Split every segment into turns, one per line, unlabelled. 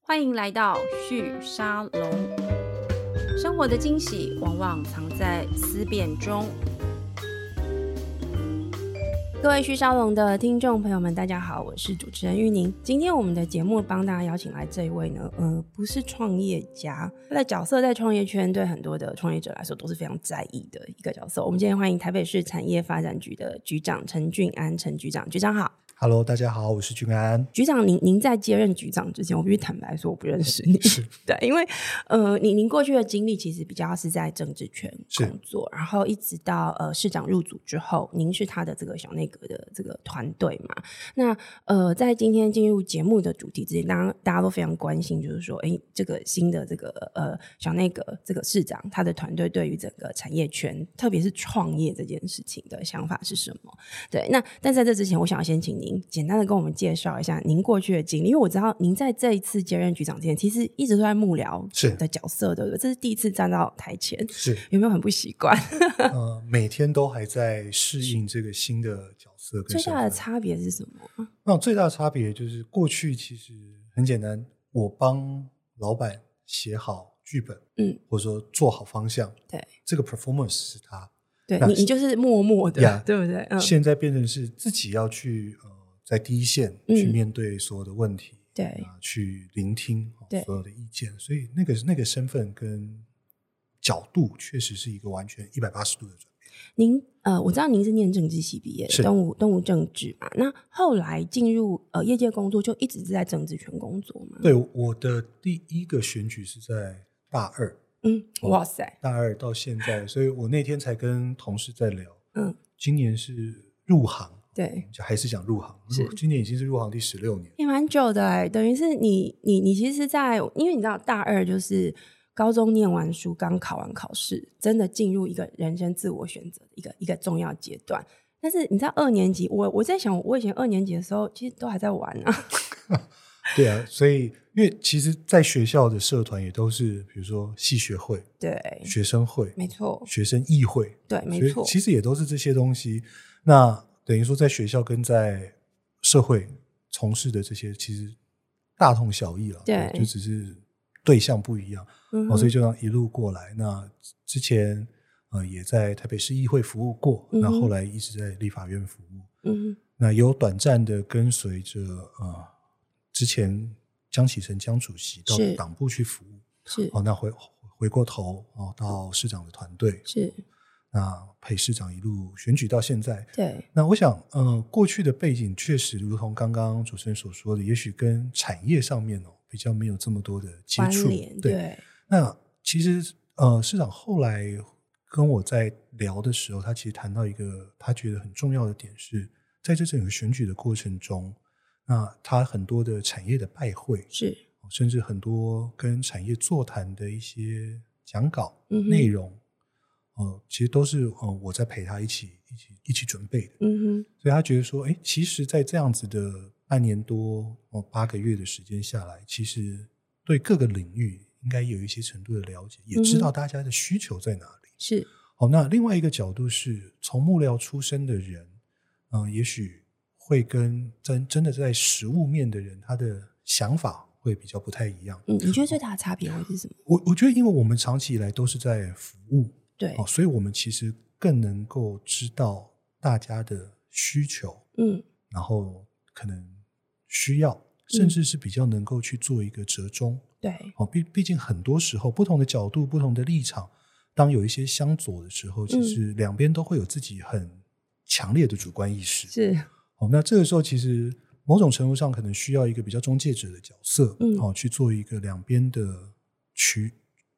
欢迎来到旭沙龙。生活的惊喜往往藏在思辨中。
各位旭沙龙的听众朋友们，大家好，我是主持人玉宁。今天我们的节目帮大家邀请来这一位呢，呃，不是创业家，他的角色在创业圈对很多的创业者来说都是非常在意的一个角色。我们今天欢迎台北市产业发展局的局长陈俊安，陈局长，局长好。
Hello，大家好，我是君安。
局长，您您在接任局长之前，我必须坦白说，我不认识你。
是
对，因为呃，您您过去的经历其实比较是在政治圈
是
工作，然后一直到呃市长入组之后，您是他的这个小内阁的这个团队嘛？那呃，在今天进入节目的主题之前，当然大家都非常关心，就是说，哎，这个新的这个呃小内阁这个市长他的团队对于整个产业圈，特别是创业这件事情的想法是什么？对，那但在这之前，我想要先请您简单的跟我们介绍一下您过去的经历，因为我知道您在这一次接任局长之前，其实一直都在幕僚
是
的角色，对不对？这是第一次站到台前，
是，
有没有很不习惯？
呃，每天都还在适应这个新的角色跟
最
身
大的
份。
差别是什么？
那最大的差别就是，过去其实很简单，我帮老板写好剧本，
嗯，
或者说做好方向，
对，
这个 performance 是他。
对
那
你，
是
你就是默默的
Yeah
对不对？嗯，
现在变成是自己要去呃，在第一线
嗯
去面对所有的问题，
对
啊去聆听、哦
对
所有的意见，所以那个那个身份跟角度确实是一个完全一百八十度的转变。
您呃，我知道您是念政治系毕业的，
是
动物动物政治嘛。那后来进入呃业界工作，就一直是在政治圈工作嘛。
对，我的第一个选举是在大二，
嗯，哇塞，
大二到现在，所以我那天才跟同事在聊，
嗯，
今年是入行，
对，
就还是讲入行，
是
入今年已经是入行第十六年，
也蛮久的哎、等于是你你你其实在，因为你知道大二就是高中念完书，刚考完考试，真的进入一个人生自我选择的一个一个重要阶段。但是你知道二年级，我我在想，我以前二年级的时候，其实都还在玩啊。
对啊，所以因为其实，在学校的社团也都是，比如说系学会、
对，
学生会、
没错，
学生议会，
对，没
所以
错，
其实也都是这些东西。那等于说，在学校跟在社会从事的这些，其实大同小异了，
对
就只是对象不一样。
嗯
哦，所以
哼
就这样一路过来。那之前呃也在台北市议会服务过，那、
嗯哼
后来一直在立法院服务。
嗯
那也有短暂的跟随着呃之前江启臣江主席到
是
党部去服务。
哼，是
哦，那回回过头哦到市长的团队，
是，
那陪市长一路选举到现在。
对，
那我想，呃，过去的背景确实如同刚刚主持人所说的，也许跟产业上面哦比较没有这么多的接
关
触
联，，
那其实呃，市长后来跟我在聊的时候，他其实谈到一个他觉得很重要的点是，在这整个选举的过程中，那他很多的产业的拜会，
是，
甚至很多跟产业座谈的一些讲稿、
嗯哼
内容，呃，其实都是呃我在陪他一起一起一起准备的。
嗯哼，
所以他觉得说，哎，其实，在这样子的半年多哦八个月的时间下来，其实对各个领域应该有一些程度的了解，也
嗯
知道大家的需求在哪里。
是，
好、那另外一个角度是，从幕僚出身的人，嗯、也许会跟真真的在实物面的人，他的想法会比较不太一样。
嗯，你觉得最大的差别会是什么？
我我觉得，因为我们长期以来都是在服务，
对
哦，，所以我们其实更能够知道大家的需求。
嗯，
然后可能需要，甚至是比较能够去做一个折中。
对，
哦，毕毕竟很多时候不同的角度、不同的立场，当有一些相左的时候，
嗯
其实两边都会有自己很强烈的主观意识。
是，
哦，那这个时候其实某种程度上可能需要一个比较中介者的角色，
嗯
哦，去做一个两边的取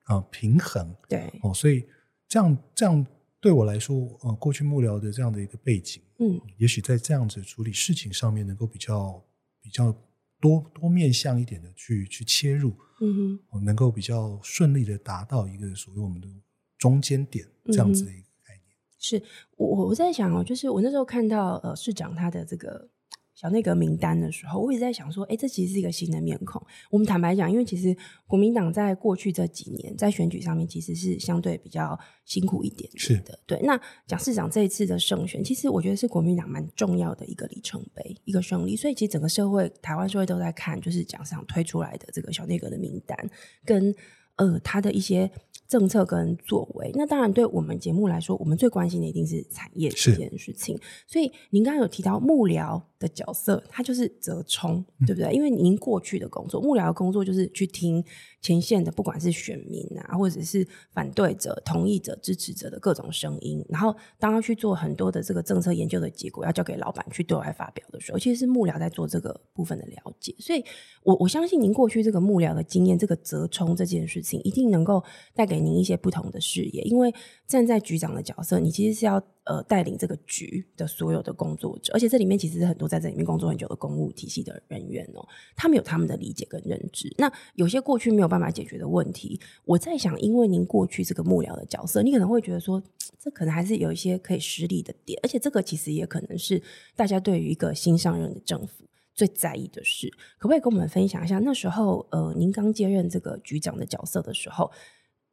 啊、平衡。
对，
哦，所以这样这样对我来说，呃，过去幕僚的这样的一个背景，
嗯，
也许在这样子处理事情上面，能够比较比较多多面向一点的去去切入，
嗯哼。
哦能够比较顺利的达到一个所谓我们的中间点这样子的一个概念。
是我我在想哦，就是我那时候看到呃市长他的这个小内阁名单的时候，我一直在想说，哎，这其实是一个新的面孔。我们坦白讲，因为其实国民党在过去这几年在选举上面其实是相对比较辛苦一点点
是
的。对，那蒋市长这一次的胜选，其实我觉得是国民党蛮重要的一个里程碑，一个胜利。所以其实整个社会，台湾社会都在看，就是蒋市长推出来的这个小内阁的名单跟。呃，他的一些政策跟作为，那当然对我们节目来说，我们最关心的一定是产业这
是
件事情。所以您刚刚有提到幕僚的角色，他就是折冲，对不对？因为您过去的工作，幕僚的工作就是去听前线的，不管是选民啊，或者是反对者、同意者、支持者的各种声音，然后当要去做很多的这个政策研究的结果，要交给老板去对外发表的时候，其实是幕僚在做这个部分的了解。所以我我相信您过去这个幕僚的经验，这个折冲这件事情，一定能够带给您一些不同的视野。因为站在局长的角色，你其实是要呃带领这个局的所有的工作者，而且这里面其实是很多在这里面工作很久的公务体系的人员哦，他们有他们的理解跟认知。那有些过去没有办法解决的问题，我在想，因为您过去这个幕僚的角色，你可能会觉得说，嘖这可能还是有一些可以施力的点，而且这个其实也可能是大家对于一个新上任的政府。最在意的事，可不可以跟我们分享一下？那时候，呃，您刚接任这个局长的角色的时候，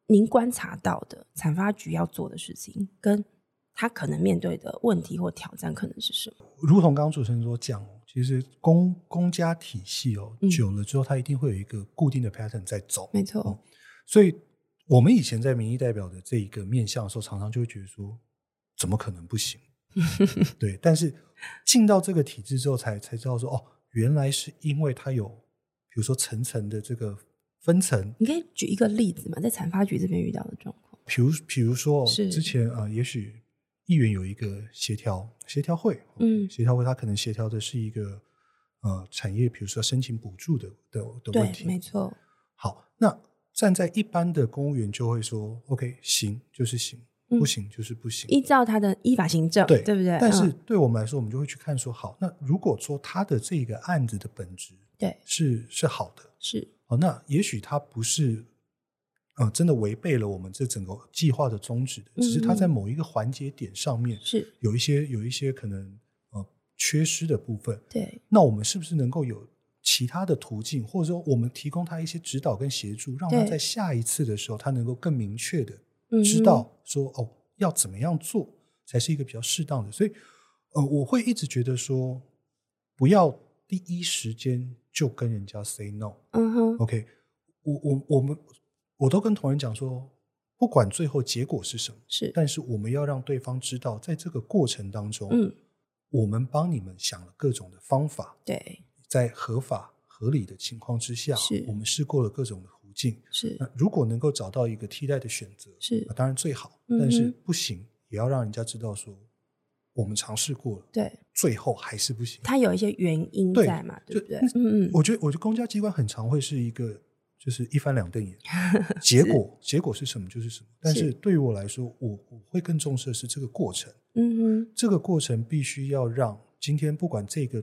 您观察到的产发局要做的事情，跟他可能面对的问题或挑战，可能是什么？
如同刚刚主持人所讲，哦其实公公家体系哦，
嗯
久了之后，它一定会有一个固定的 pattern 在走。
没错，
所以，我们以前在民意代表的这一个面向的时候，常常就会觉得说，怎么可能不 行？对，但是进到这个体制之后才，才知道说，哦，原来是因为它有，比如说层层的这个分层，
你可以举一个例子嘛，在产发局这边遇到的状况。
比如比如说哦
是
之前啊、呃也许议员有一个协调协调会，
嗯
协调会他可能协调的是一个呃产业，比如说申请补助的的的问
对，
题，
没错，
好，那站在一般的公务员就会说，OK，行就是行，
嗯
不行就是不行。
依照他的依法行政，
对
对不对？
但是
嗯
对我们来说，我们就会去看说，好，那如果说他的这个案子的本质
对
是是好的，
是
哦，那也许他不是。呃，真的违背了我们这整个计划的宗旨的，只
嗯
是他在某一个环节点上面
是，
有一些有一些可能呃缺失的部分。
对，
那我们是不是能够有其他的途径，或者说我们提供他一些指导跟协助，让他
对
在下一次的时候，他能够更明确的
嗯
知道说、哦要怎么样做才是一个比较适当的。所以，呃，我会一直觉得说，不要第一时间就跟人家 say no。
嗯哼，
OK，我我我们我都跟同仁讲说，不管最后结果是什么，
是，
但是我们要让对方知道，在这个过程当中，
嗯，
我们帮你们想了各种的方法，
对，
在合法合理的情况之下
是，
我们试过了各种的途径。
是
那如果能够找到一个替代的选择，
是
那，当然最好。
嗯哼
但是不行，也要让人家知道说，我们尝试过了，
对，
最后还是不行。
他有一些原因
对
在嘛，对
就
不对？嗯嗯，
我觉得，我觉得公家机关很常会是一个就是一翻两 瞪眼，结果结果是什么就是什么。但
是
是对于我来说，我我会更重视的是这个过程。
嗯哼，
这个过程必须要让今天不管这个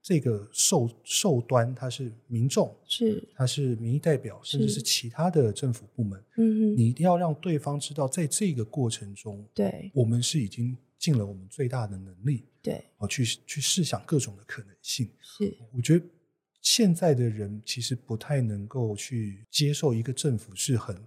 这个受受端他是民众，
是，
他是民意代表，甚至
是
是其他的政府部门，
嗯哼，
你一定要让对方知道，在这个过程中，
对
我们是已经尽了我们最大的能力
对
啊，去去试想各种的可能性。
是，
我觉得现在的人其实不太能够去接受一个政府是很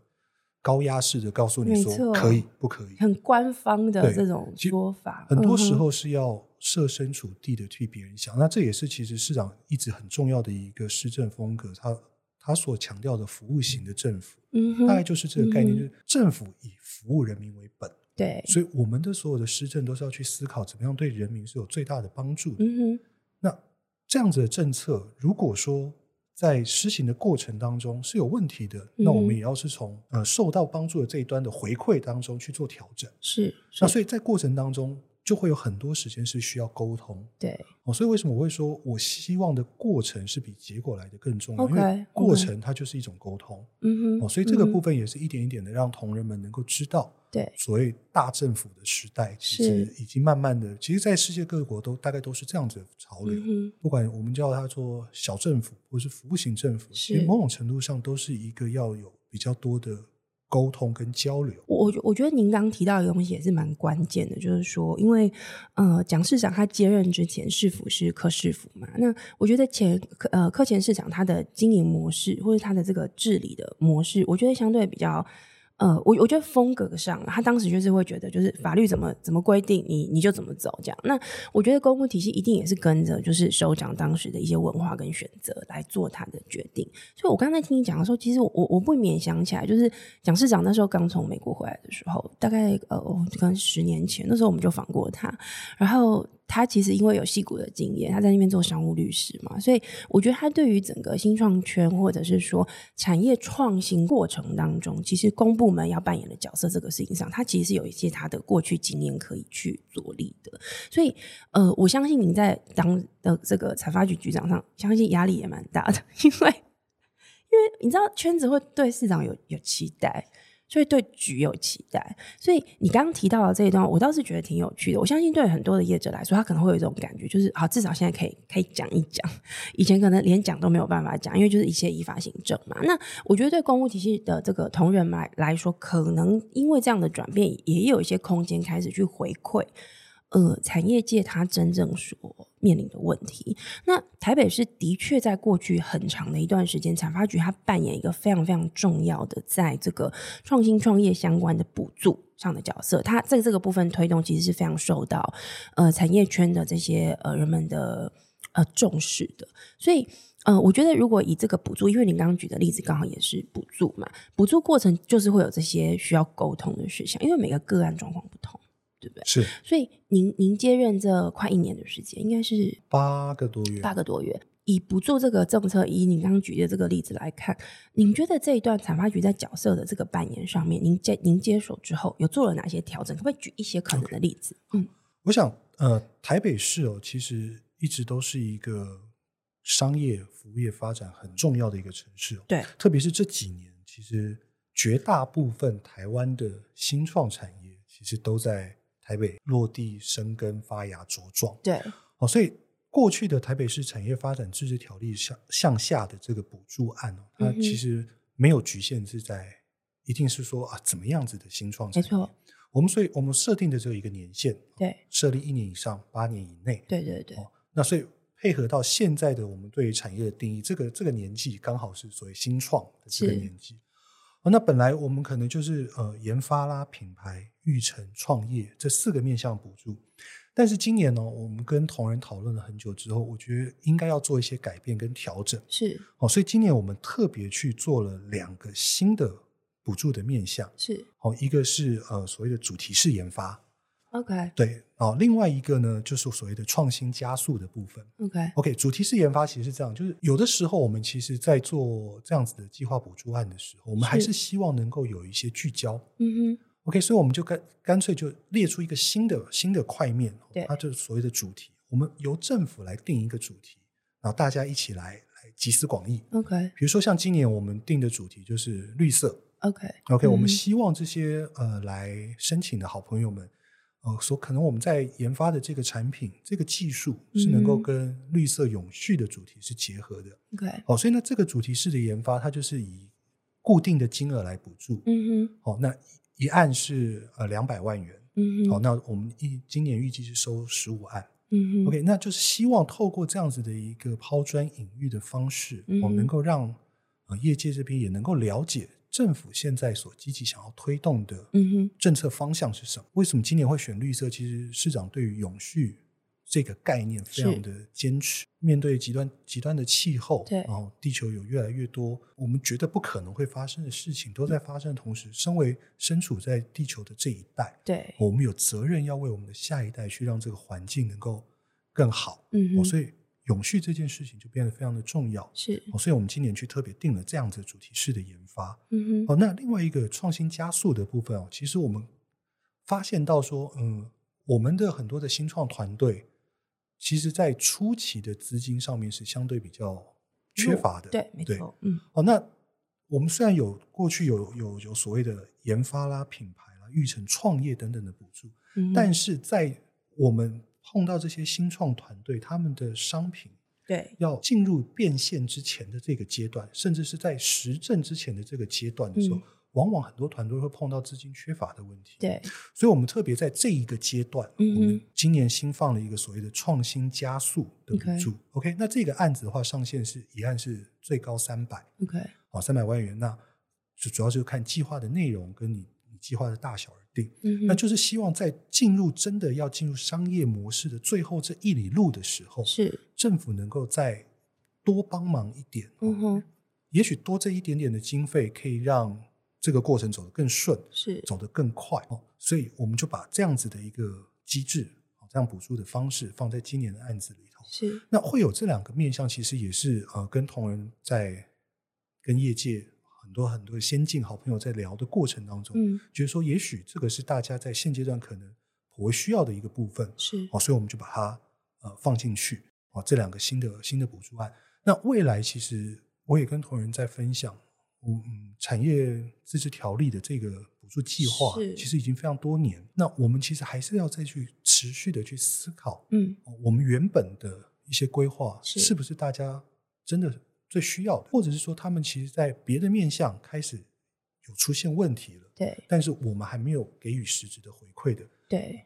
高压式的告诉
没
你
错
说可以不可以，
很官方的
对
这种
其实
说法，
很
嗯哼
多时候是要设身处地的替别人想，那这也是其实市长一直很重要的一个施政风格，他他所强调的服务型的政府，
嗯
大概
哼，
就是这个概
嗯
念，就是政府以服务人民为本，
对，
所以我们的所有的施政都是要去思考怎么样对人民是有最大的帮助的。
嗯哼，
那这样子的政策，如果说在施行的过程当中是有问题的，那我
嗯
们也要是从呃受到帮助的这一端的回馈当中去做调整。
是，
那
是
所以在过程当中，就会有很多时间是需要沟通
对
哦。所以为什么我会说，我希望的过程是比结果来的更重要
OK，嗯
因为过
OK
程它就是一种沟通
嗯哼，
哦。所以这个
嗯哼
部分也是一点一点的让同仁们能够知道，
对
所谓大政府的时代，其实
是
已经慢慢的，其实，在世界各国都大概都是这样子的潮流。
嗯哼，
不管我们叫它做小政府或是服务型政府，
是
其实某种程度上都是一个要有比较多的沟通跟交流。
我我觉我觉得您刚刚提到的东西也是蛮关键的，就是说，因为呃，蒋市长他接任之前，市府是柯市府嘛，那我觉得前柯呃柯前市长他的经营模式或者他的这个治理的模式，我觉得相对比较。呃，我我觉得风格上，啊他当时就是会觉得，就是法律怎么怎么规定，你你就怎么走这样。那我觉得公务体系一定也是跟着就是首长当时的一些文化跟选择来做他的决定。所以我刚才听你讲的时候，其实我我我不免想起来，就是蒋市长那时候刚从美国回来的时候，大概呃，哦可能十年前，那时候我们就访过他，然后。他其实因为有戏骨的经验，他在那边做商务律师嘛，所以我觉得他对于整个新创圈或者是说产业创新过程当中，其实公部门要扮演的角色这个事情上，他其实是有一些他的过去经验可以去着力的。所以，呃，我相信您在当的这个财发局局长上，相信压力也蛮大的， 因为因为你知道圈子会对市长有有期待。所以对局有期待，所以你刚刚提到的这一段，我倒是觉得挺有趣的。我相信对很多的业者来说，他可能会有一种感觉，就是好，至少现在可以可以讲一讲，以前可能连讲都没有办法讲，因为就是一些依法行政嘛。那我觉得对公务体系的这个同仁来来说，可能因为这样的转变，也有一些空间开始去回馈。呃，产业界它真正所面临的问题，那台北市的确在过去很长的一段时间，产发局它扮演一个非常非常重要的，在这个创新创业相关的补助上的角色，它在这个部分推动其实是非常受到呃产业圈的这些呃人们的呃重视的，所以。呃，我觉得如果以这个补助，因为您刚刚举的例子刚好也是补助嘛，补助过程就是会有这些需要沟通的事项，因为每个个案状况不同，对不对？
是
所以您您接任这快一年的时间，应该是
八个多月，
八个多月。以补助这个政策，以您刚刚举的这个例子来看，您觉得这一段产发局在角色的这个扮演上面，您接您接手之后有做了哪些调整？可不可以举一些可能的例子？嗯，
我想，呃，台北市哦，其实一直都是一个商业服务业发展很重要的一个城市、哦。
对，
特别是这几年，其实绝大部分台湾的新创产业其实都在台北落地生根、发芽、茁壮。
对，
哦，所以过去的台北市产业发展自治条例向向下的这个补助案哦，它
嗯哼
其实没有局限是在，一定是说啊怎么样子的新创产
没
业。
错，
我们所以我们设定的只有一个年限，哦
对，
设立一年以上八年以内。
对对对，
哦，那所以配合到现在的我们对于产业的定义，这个这个年纪刚好是所谓新创的这个
是
年纪。哦，那本来我们可能就是呃研发啦、品牌、育成、创业这四个面向补助，但是今年呢，我们跟同仁讨论了很久之后，我觉得应该要做一些改变跟调整。
是
哦，所以今年我们特别去做了两个新的补助的面向。
是
哦，一个是呃所谓的主题式研发，
，OK
对哦，另外一个呢就是所谓的创新加速的部分。
OK，
OK，主题式研发其实是这样，就是有的时候我们其实在做这样子的计划补助案的时候，我们还
是
是希望能够有一些聚焦。
嗯哼，
OK，所以我们就干干脆就列出一个新的新的块面，哦
对
它就是所谓的主题。我们由政府来定一个主题，然后大家一起来来集思广益。
，OK
比如说像今年我们定的主题就是绿色
OK，
，OK，、我们
嗯
希望这些呃来申请的好朋友们，呃，所可能我们在研发的这个产品、这个技术是能够
嗯
跟绿色永续的主题是结合的。
OK，
哦，所以呢，这个主题式的研发，它就是以固定的金额来补助。
嗯哼，
哦，那一案是呃两百万元。
嗯
好、
哼，
那我们一今年预计是收十五案。
嗯哼
OK，那就是希望透过这样子的一个抛砖引玉的方式，
嗯
我们能够让呃业界这边也能够了解政府现在所积极想要推动的
嗯哼，
政策方向是什么。为什么今年会选绿色？其实市长对于永续这个概念非
是
常的坚持。面对极端极端的气候，
对
然后地球有越来越多我们觉得不可能会发生的事情都在
嗯
发生的同时，身为身处在地球的这一代，
对，
我们有责任要为我们的下一代去让这个环境能够更好。
嗯
哦，
哼，
所以永续这件事情就变得非常的重要。
是，
哦，所以我们今年去特别定了这样子的主题式的研发。
嗯哼，
哦，那另外一个创新加速的部分哦，其实我们发现到说，嗯，我们的很多的新创团队，其实在初期的资金上面是相对比较缺乏的。
对，没错，嗯，
哦，那我们虽然有过去有有有所谓的研发啦、品牌啦、育成、创业等等的补助，
嗯哼
但是在我们碰到这些新创团队，他们的商品
对，
要进入变现之前的这个阶段，甚至是在实证之前的这个阶段的时候，
嗯
往往很多团队会碰到资金缺乏的问题。，
对，
所以我们特别在这一个阶段，
嗯哼
我们今年新放了一个所谓的创新加速的补助。OK，那这个案子的话，上限是一案是最高三百，
，OK，
哦，三百万元。那主主要就看计划的内容跟你你计划的大小而定。
嗯哼
那就是希望在进入真的要进入商业模式的最后这一里路的时候，
是，
政府能够再多帮忙一点，哦
嗯哼，
也许多这一点点的经费可以让这个过程走得更顺，
是，
走得更快哦。所以我们就把这样子的一个机制，哦这样补助的方式放在今年的案子里头。
是，
那会有这两个面向，其实也是呃，跟同仁在跟业界很多很多先进好朋友在聊的过程当中，
嗯，
觉得说，也许这个是大家在现阶段可能颇为需要的一个部分
是，
哦，所以我们就把它呃放进去哦，这两个新的新的补助案。那未来其实我也跟同仁在分享，嗯，嗯产业自治条例的这个补助计划
是，
其实已经非常多年。那我们其实还是要再去持续的去思考，
嗯，
哦我们原本的一些规划
是
是不是大家真的最需要的，或者是说他们其实在别的面向开始有出现问题了。
对，
但是我们还没有给予实质的回馈的
对，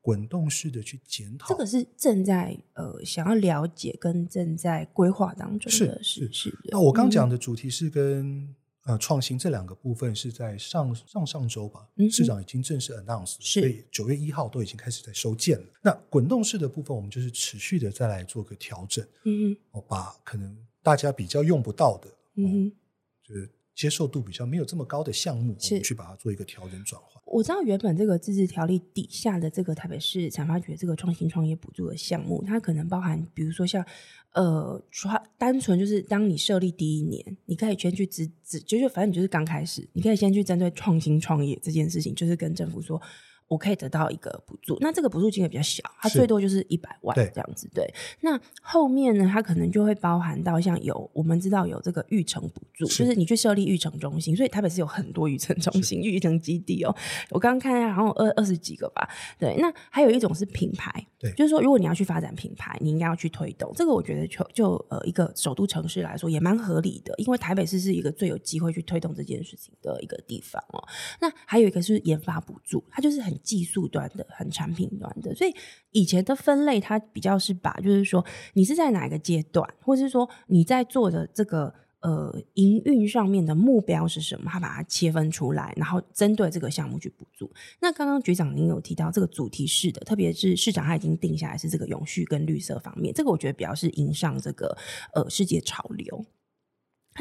滚动式的去检讨。
这个是正在呃想要了解跟正在规划当中
是
的事
是
是的。嗯
那我刚讲
的，
的主题是跟呃创新这两个部分是在上上上周吧
嗯哼，
市长已经正式 announce，了
是
所以九月一号都已经开始在收件了。那滚动式的部分，我们就是持续的再来做个调整，
嗯
哦，把可能大家比较用不到的，
哼，嗯哼。
就是接受度比较没有这么高的项目，我
是
们去把它做一个调整转换。
我知道原本这个自治条例底下的这个台北市产发局这个创新创业补助的项目，它可能包含比如说像呃，它单纯就是当你设立第一年，你可以先去只只就是反正你就是刚开始，你可以先去针对创新创业这件事情，就是跟政府说。我可以得到一个补助，那这个补助金额比较小，它
是
最多就是一百万
对
这样子。对，那后面呢，它可能就会包含到像有我们知道有这个育成补助，
是
就是你去设立育成中心，所以台北市有很多育成中心、育成基地哦。我刚刚看一下，好像有二二十几个吧。对，那还有一种是品牌，
对
就是说如果你要去发展品牌，你应该要去推动这个。我觉得就就呃一个首都城市来说也蛮合理的，因为台北市是一个最有机会去推动这件事情的一个地方哦。那还有一个是研发补助，它就是很技术端的、很产品端的，所以以前的分类它比较是把，就是说你是在哪一个阶段，或是说你在做的这个。呃，营运上面的目标是什么？它把它切分出来，然后针对这个项目去补助。那刚刚局长您有提到这个主题式的，特别是市长他已经定下来是这个永续跟绿色方面，这个我觉得比较是迎上这个呃世界潮流。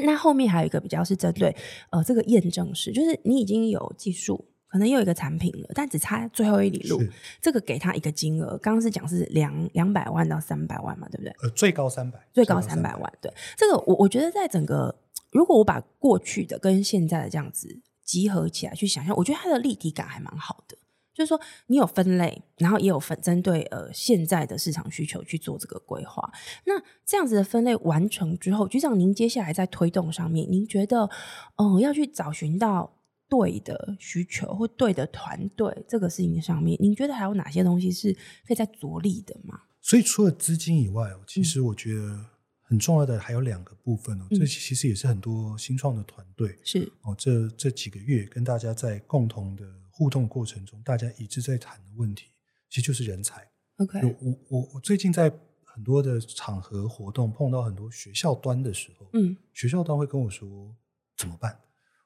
那后面还有一个比较是针对呃这个验证式，就是你已经有技术，可能又有一个产品了，但只差最后一里路
是，
这个给他一个金额，刚刚是讲是两两百万到三百万嘛，对不对？
呃，最高三百，
最高三百万。对，这个我我觉得在整个，如果我把过去的跟现在的这样子集合起来去想象，我觉得它的立体感还蛮好的。就是说，你有分类，然后也有分针对呃现在的市场需求去做这个规划。那这样子的分类完成之后，局长，您接下来在推动上面，您觉得，嗯、要去找寻到对的需求或对的团队这个事情上面，您觉得还有哪些东西是可以再着力的吗？
所以除了资金以外哦，其实我觉得很重要的还有两个部分哦，
嗯
这其实也是很多新创的团队
是，
哦，这这几个月跟大家在共同的互动过程中，大家一直在谈的问题，其实就是人才。
OK，
我我我我最近在很多的场合活动碰到很多学校端的时候，
嗯，
学校端会跟我说怎么办？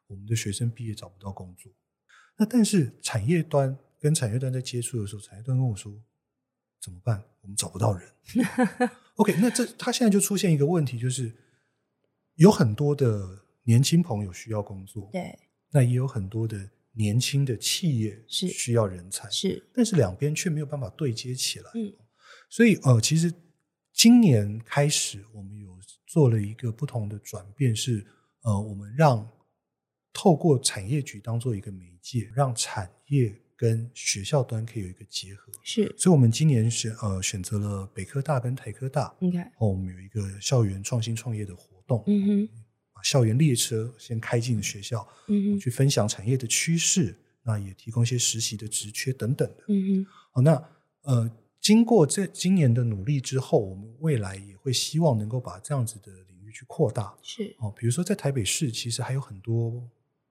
我们的学生毕业找不到工作。那但是产业端跟产业端在接触的时候，产业端跟我说怎么办？我们找不到 人。OK，那这他现在就出现一个问题，就是有很多的年轻朋友需要工作，
对，
那也有很多的年轻的企业
是
需要人才，
是，
但是两边却没有办法对接起来。哦
嗯，
所以呃，其实今年开始，我们有做了一个不同的转变是，呃，我们让透过产业局当做一个媒介，让产业跟学校端可以有一个结合。
是
所以，我们今年选呃选择了北科大跟台科大，
OK，
哦，我们有一个校园创新创业的活动，
嗯哼，
把校园列车先开进学校，
嗯哼，
去分享产业的趋势，那也提供一些实习的职缺等等的。
嗯哼，
好，那呃，经过这今年的努力之后，我们未来也会希望能够把这样子的领域去扩大。
是
哦，比如说在台北市，其实还有很多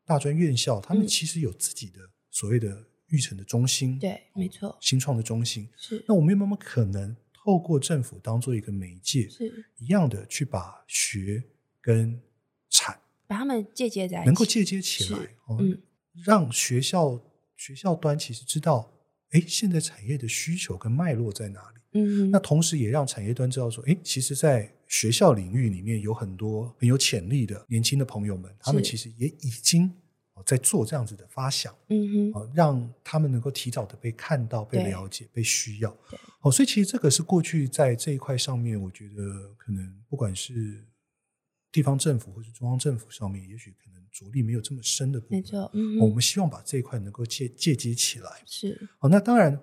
大专院校，他们
嗯
其实有自己的所谓的育成的中心，
对，没错，
新创的中心。
是
那我们有没有可能透过政府当做一个媒介，
是，
一样的去把学跟产
把他们借接在一起，
能够借接起来
是？
哦，
嗯
让学校学校端其实知道，哎，现在产业的需求跟脉络在哪里。
嗯
那
哼，
同时也让产业端知道说，哎，其实，在学校领域里面有很多很有潜力的年轻的朋友们，他们
是
其实也已经哦在做这样子的发想，
嗯哼，
哦，让他们能够提早的被看到、被
对
了解、被需要
对。
哦，所以其实这个是过去在这一块上面，我觉得可能不管是地方政府或是中央政府上面，也许可能着力没有这么深的部分。
没错，嗯
哦我
哼，
们希望把这一块能够借借接起来。
是
好，哦那当然，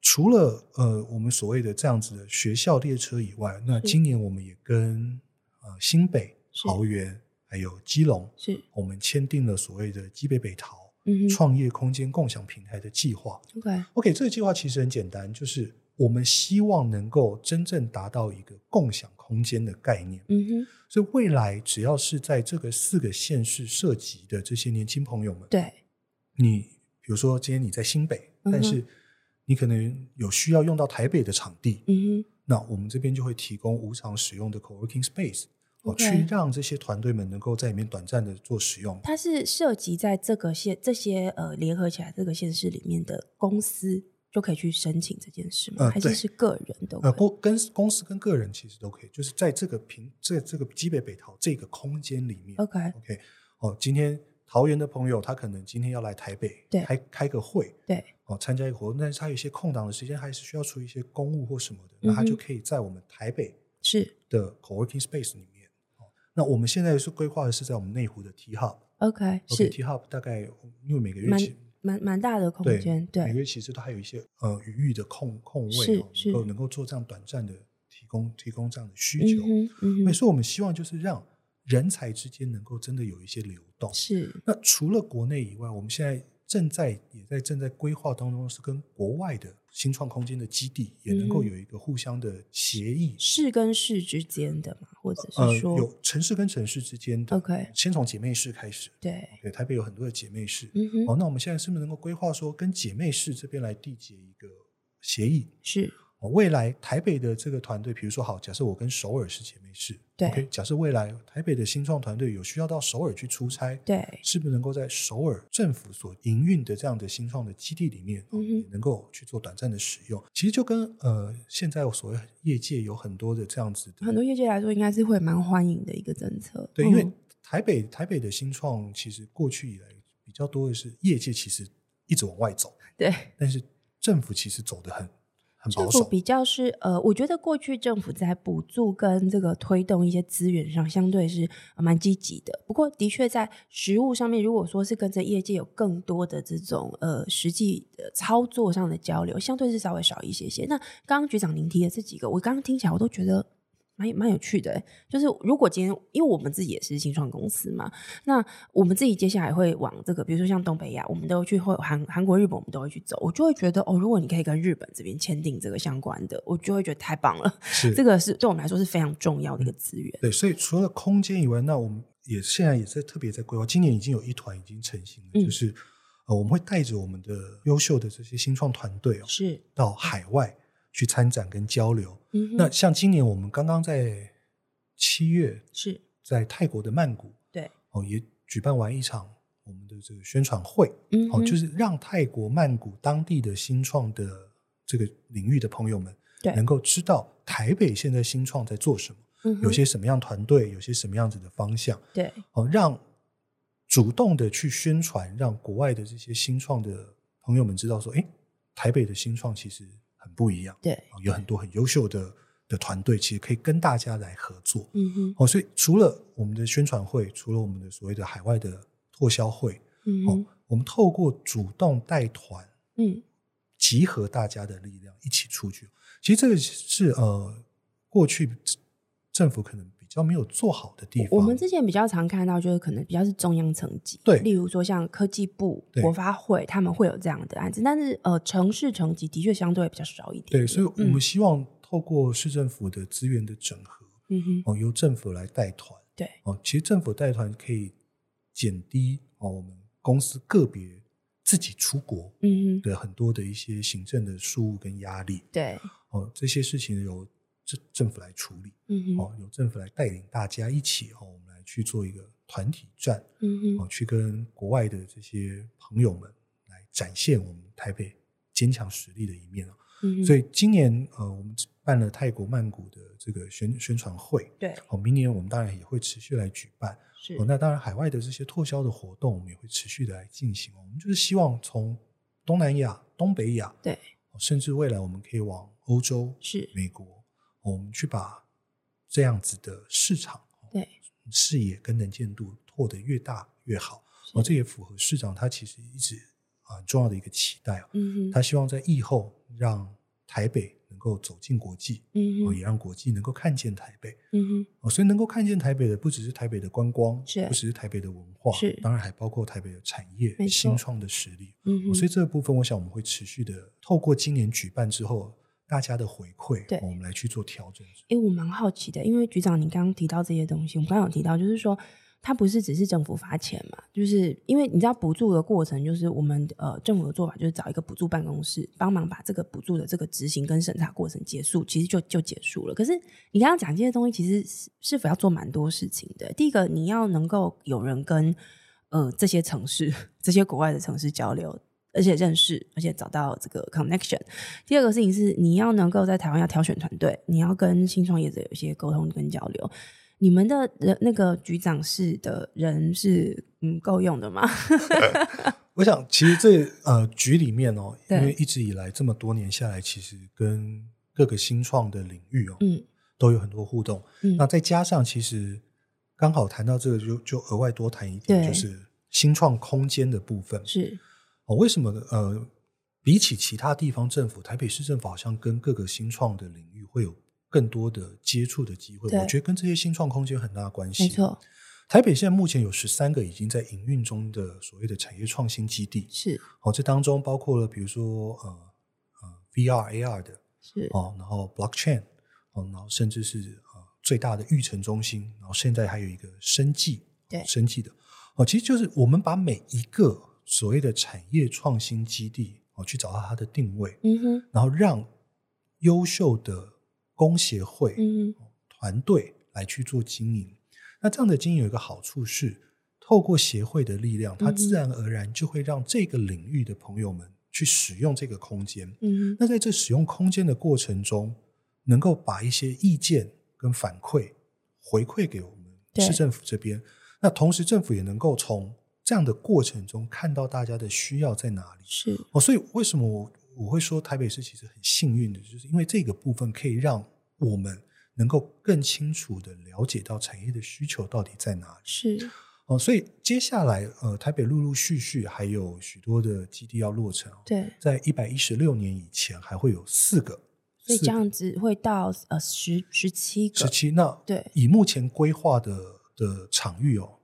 除了呃我们所谓的这样子的学校列车以外，那
是
今年我们也跟呃新北、
是
桃园还有基隆，
是，
我们签订了所谓的基北北桃
嗯哼
创业空间共享平台的计划。
，OK，
OK，这个计划其实很简单，就是我们希望能够真正达到一个共享空间的概念。
嗯哼，
所以未来只要是在这个四个县市涉及的这些年轻朋友们，
对，
你比如说今天你在新北，
嗯哼
但是你可能有需要用到台北的场地，
嗯哼，
那我们这边就会提供无偿使用的 co-working space，哦
OK
去让这些团队们能够在里面短暂的做使用。
它是涉及在这个县这些呃联合起来这个县市里面的公司就可以去申请这件事吗？
呃
还是
对
是个人都
呃，
可以？
公跟公司跟个人其实都可以，就是在这个平这这个基北北桃这个空间里面
OK，
，OK，哦，今天桃园的朋友他可能今天要来台北
对
开开个会，
对，
哦，参加一个活动，但是他有一些空档的时间，还是需要处理一些公务或什么的，那他就
嗯
可以在我们台北
是
的 co-working space 里面。哦那我们现在是规划的是在我们内湖的 T Hub，
OK，
o k
是
T Hub 大概因为每个月
蛮
其
蛮蛮大的空
对
间，
每个
对，
月其实都还有一些呃余裕的空空
是
位哦，
是
能够能够做这样短暂的提供提供这样的需
嗯
求。
哼，嗯
对
哼，
所以我们希望就是让人才之间能够真的有一些流动。
是
那除了国内以外，我们现在正在也在正在规划当中，是跟国外的新创空间的基地也能够
嗯
有一个互相的协议，
市跟市之间的嘛，或者
呃，
是说、
有城市跟城市之间的。
OK，
先从姐妹市开始，
对，
对，台北有很多的姐妹市。
嗯哼，
哦，那我们现在是不是能够规划说，跟姐妹市这边来缔结一个协议？
是
哦，未来台北的这个团队，比如说好，假设我跟首尔是姐妹市，
对
o k 假设未来台北的新创团队有需要到首尔去出差，
对，
是不是能够在首尔政府所营运的这样的新创的基地里面，哦
嗯哼
也能够去做短暂的使用？其实就跟呃，现在我所谓业界有很多的这样子的
很多业界来说应该是会蛮欢迎的一个政策，
对，因为
嗯
台北台北的新创其实过去以来比较多的是业界其实一直往外走，
对。
但是政府其实走得很很
政
保
府
守。
比较是呃，我觉得过去政府在补助跟这个推动一些资源上，相对是呃蛮积极的。不过，的确在实物上面，如果说是跟着业界有更多的这种呃实际的操作上的交流，相对是稍微少一些些。那刚刚局长您提的这几个，我刚刚听起来我都觉得。蛮蛮有趣的欸、就是如果今天，因为我们自己也是新创公司嘛，那我们自己接下来会往这个，比如说像东北亚，我们都会去会韩韩国、日本，我们都会去走。我就会觉得哦，如果你可以跟日本这边签订这个相关的，我就会觉得太棒了。
是
这个是对我们来说是非常重要的一
嗯
个资源。
对，所以除了空间以外，那我们也现在也在特别在规划，今年已经有一团已经成型了，
嗯
就是呃，我们会带着我们的优秀的这些新创团队哦，
是，
到海外去参展跟交流。
嗯哼，
那像今年我们刚刚在七月
是
在泰国的曼谷
对，
哦，也举办完一场我们的这个宣传会，
嗯
哦，
哼，
就是让泰国曼谷当地的新创的这个领域的朋友们，
对
能够知道台北现在新创在做什么，
嗯哼
有些什么样团队，有些什么样子的方向，
对，
哦，让主动的去宣传，让国外的这些新创的朋友们知道说，哎，台北的新创其实很不一样，
对，
哦有很多很优秀的的团队，其实可以跟大家来合作。
嗯哼，
哦，所以除了我们的宣传会，除了我们的所谓的海外的拓销会，
嗯
哦
哼，，
我们透过主动带团，
嗯，
集合大家的力量一起出去。其实这个是呃，过去政府可能比较没有做好的地方。
我们之前比较常看到，就是可能比较是中央层级，
对
例如说像科技部、
对
国发会，他们会有这样的案子，但是呃，城市层级的确相对比较少一点点。
对，所以我们希望透过市政府的资源的整合，
嗯哼，
哦，由政府来带团。
对，
哦，其实政府带团可以减低哦我们公司个别自己出国
嗯哼，
的很多的一些行政的事务跟压力，
对，
哦，这些事情由政政府来处理，
嗯哼，
哦，由政府来带领大家一起哦，我们来去做一个团体战，
嗯
哦，
哼，
去跟国外的这些朋友们来展现我们台北坚强实力的一面啊。
嗯哼，
所
以
以今年呃，我们办了泰国曼谷的这个宣宣传会，
嗯对
哦，明年我们当然也会持续来举办。
是
哦，那当然海外的这些拓销的活动，我们也会持续的来进行。哦我们就是希望从东南亚、东北亚，
对
哦，甚至未来我们可以往欧洲、
是，
美国，哦我们去把这样子的市场、哦
对
视野跟能见度拓得越大越好。
是
哦，这也符合市长他其实一直啊很重要的一个期待啊。
嗯哼，
他希望在疫后让台北能够走进国际，
嗯
哦，
哼，
也让国际能够看见台北。
嗯
哦，所以能够看见台北的，不只是台北的观光，
是
不只是台北的文化，
是
当然还包括台北的产业
没、错
新创的实力。
哼，嗯
哦
哼，
所以这个部分，我想我们会持续的透过今年举办之后大家的回馈，
对
哦我们来去做调整。
诶，我蛮好奇的，因为局长你刚刚提到这些东西，我们刚刚有提到，就是说它不是只是政府发钱嘛，就是因为你知道补助的过程，就是我们呃政府的做法就是找一个补助办公室帮忙把这个补助的这个执行跟审查过程结束，其实就就结束了。可是你刚刚讲这些东西，其实是是否要做蛮多事情的？第一个，你要能够有人跟呃这些城市、这些国外的城市交流。而且认识，而且找到这个 connection，第二个事情是，你要能够在台湾要挑选团队，你要跟新创业者有一些沟通跟交流。你们的人那个局长室的人是嗯够用 的吗？
我想，其实这呃局里面哦，因
对
为一直以来这么多年下来，其实跟各个新创的领域哦，
嗯
都有很多互动。
嗯
那再加上，其实刚好谈到这个就，就额外多谈一点，
对
就是新创空间的部分。
是
哦，为什么呢？呃，比起其他地方政府，台北市政府好像跟各个新创的领域会有更多的接触的机会。
对
我觉得跟这些新创空间有很大的关系。
没，错，
台北现在目前有十三个已经在营运中的所谓的产业创新基地。
是
哦，这当中包括了比如说呃呃 VR、AR 的
是
哦，然后 blockchain 哦，然后甚至是呃最大的育成中心，然后现在还有一个生技，
对
生技的哦，其实就是我们把每一个所谓的产业创新基地哦，去找到它的定位，
嗯哼
然后让优秀的工协会、
嗯哼
团队来去做经营。那这样的经营有一个好处是，透过协会的力量，它
嗯哼
自然而然就会让这个领域的朋友们去使用这个空间。
嗯哼
那在这使用空间的过程中，能够把一些意见跟反馈回馈给我们
对
市政府这边，那同时政府也能够从这样的过程中看到大家的需要在哪里。
是
哦，所以为什么我我会说台北市其实很幸运的，就是因为这个部分可以让我们能够更清楚的了解到产业的需求到底在哪里。
是
哦，所以接下来呃，台北陆陆续续还有许多的基地要落成哦，
对，
在一百一十六年以前还会有四个，
所以这样子会到呃十十七个
十七。那
对
以目前规划的的场域哦，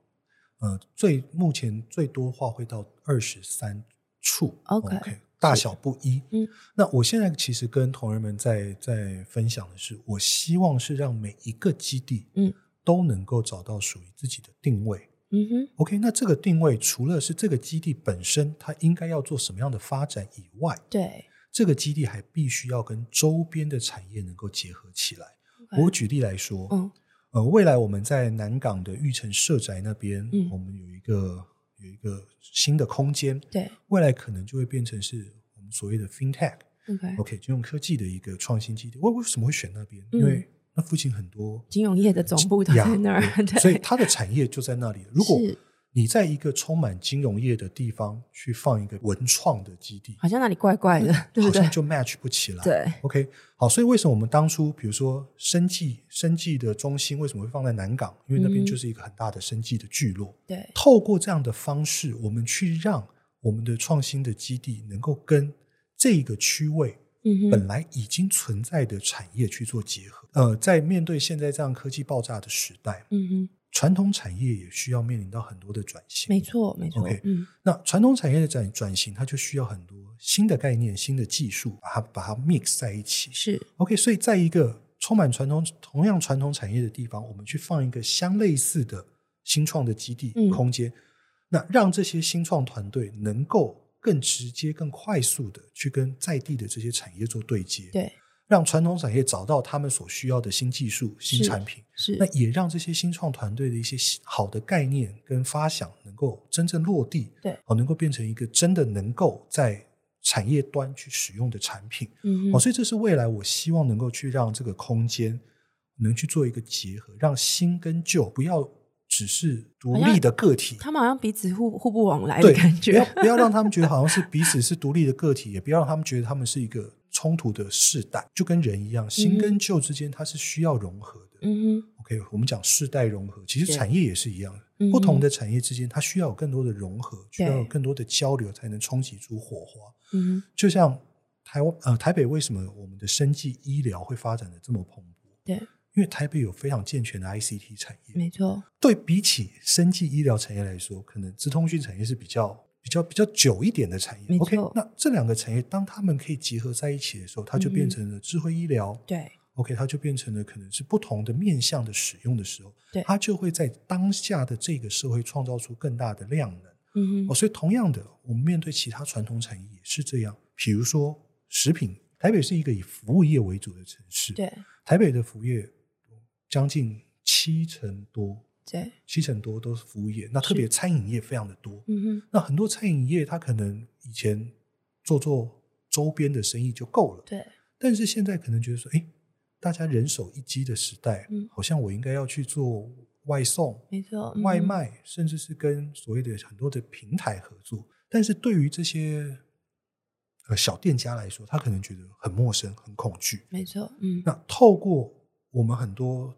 呃，最目前最多话会到二十三处
OK，
大小不一。
嗯，
那我现在其实跟同仁们在在分享的是，我希望是让每一个基地，
嗯，
都能够找到属于自己的定位。
嗯哼
OK，那这个定位除了是这个基地本身它应该要做什么样的发展以外，
对
这个基地还必须要跟周边的产业能够结合起来。
OK
我举例来说，
嗯
呃，未来我们在南港的玉成社宅那边，
嗯
我们有一个有一个新的空间，
对
未来可能就会变成是我们所谓的 FinTech。
OK
OK，金融科技的一个创新基地。为为什么会选那边？
嗯
因为那附近很多
金融业的总部都
呀
在那儿，
对
对
所以它的产业就在那里。如果
是
你在一个充满金融业的地方去放一个文创的基地，
好像那里怪怪的，对不
好
对
像？就啊 match 不起来。
对
OK，好，所以为什么我们当初比如说生技生技的中心为什么会放在南港？因为那
嗯
边
哼
就是一个很大的生技的聚落。
对
透过这样的方式，我们去让我们的创新的基地能够跟这个区位
嗯
本
哼
来已经存在的产业去做结合。呃，在面对现在这样科技爆炸的时代，
嗯哼，
传统产业也需要面临到很多的转型。
没错没错
OK，
嗯
那传统产业的转转型，它就需要很多新的概念、新的技术，把它把它 mix 在一起。
是
OK，所以在一个充满传统、同样传统产业的地方，我们去放一个相类似的新创的基地
嗯
空间，那让这些新创团队能够更直接、更快速的去跟在地的这些产业做对接，
对，
让传统产业找到他们所需要的新技术、新产品，
是
那也让这些新创团队的一些好的概念跟发想能够真正落地，
对，
哦，能够变成一个真的能够在产业端去使用的产品。
嗯
哦，
哼，
所以这是未来我希望能够去让这个空间能去做一个结合，让新跟旧不要只是独
好像
立的个体，
他们好像彼此互互不往来的
对，
感
不要
觉，
不要让他们觉得好像是彼此是独立的个体，也不要让他们觉得他们是一个冲突的世代，就跟人一样，新跟旧之间它是需要融合的。
嗯哼，
OK，我们讲世代融合，其实
对
产业也是一样
嗯哼，
不同的产业之间它需要有更多的融合，需要有
对
更多的交流，才能冲击出火花。
嗯哼，
就像台湾呃台北为什么我们的生技医疗会发展的这么蓬勃？
对，
因为台北有非常健全的 ICT 产业。
没错，
对比起生技医疗产业来说，可能资通讯产业是比较比较比较久一点的产
没
业。
错
OK，那这两个产业当他们可以结合在一起的时候，它就
嗯哼
变成了智慧医疗。
对，
OK，它就变成了可能是不同的面向的使用的时候
对，
它就会在当下的这个社会创造出更大的量能。
嗯
哦，
哼，
所以同样的，我们面对其他传统产业也是这样。比如说食品，台北是一个以服务业为主的城市，
对
台北的服务业将近七成多，
对，
七成多都是服务业。那特别餐饮业非常的多，
嗯哼，
那很多餐饮业它可能以前做做周边的生意就够了，
对，
但是现在可能觉得说，哎，大家人手一机的时代，
嗯
好像我应该要去做外送，
没错，嗯
外
哼，
卖，甚至是跟所谓的很多的平台合作。但是对于这些呃小店家来说，他可能觉得很陌生、很恐惧。
没错，嗯，
那透过我们很多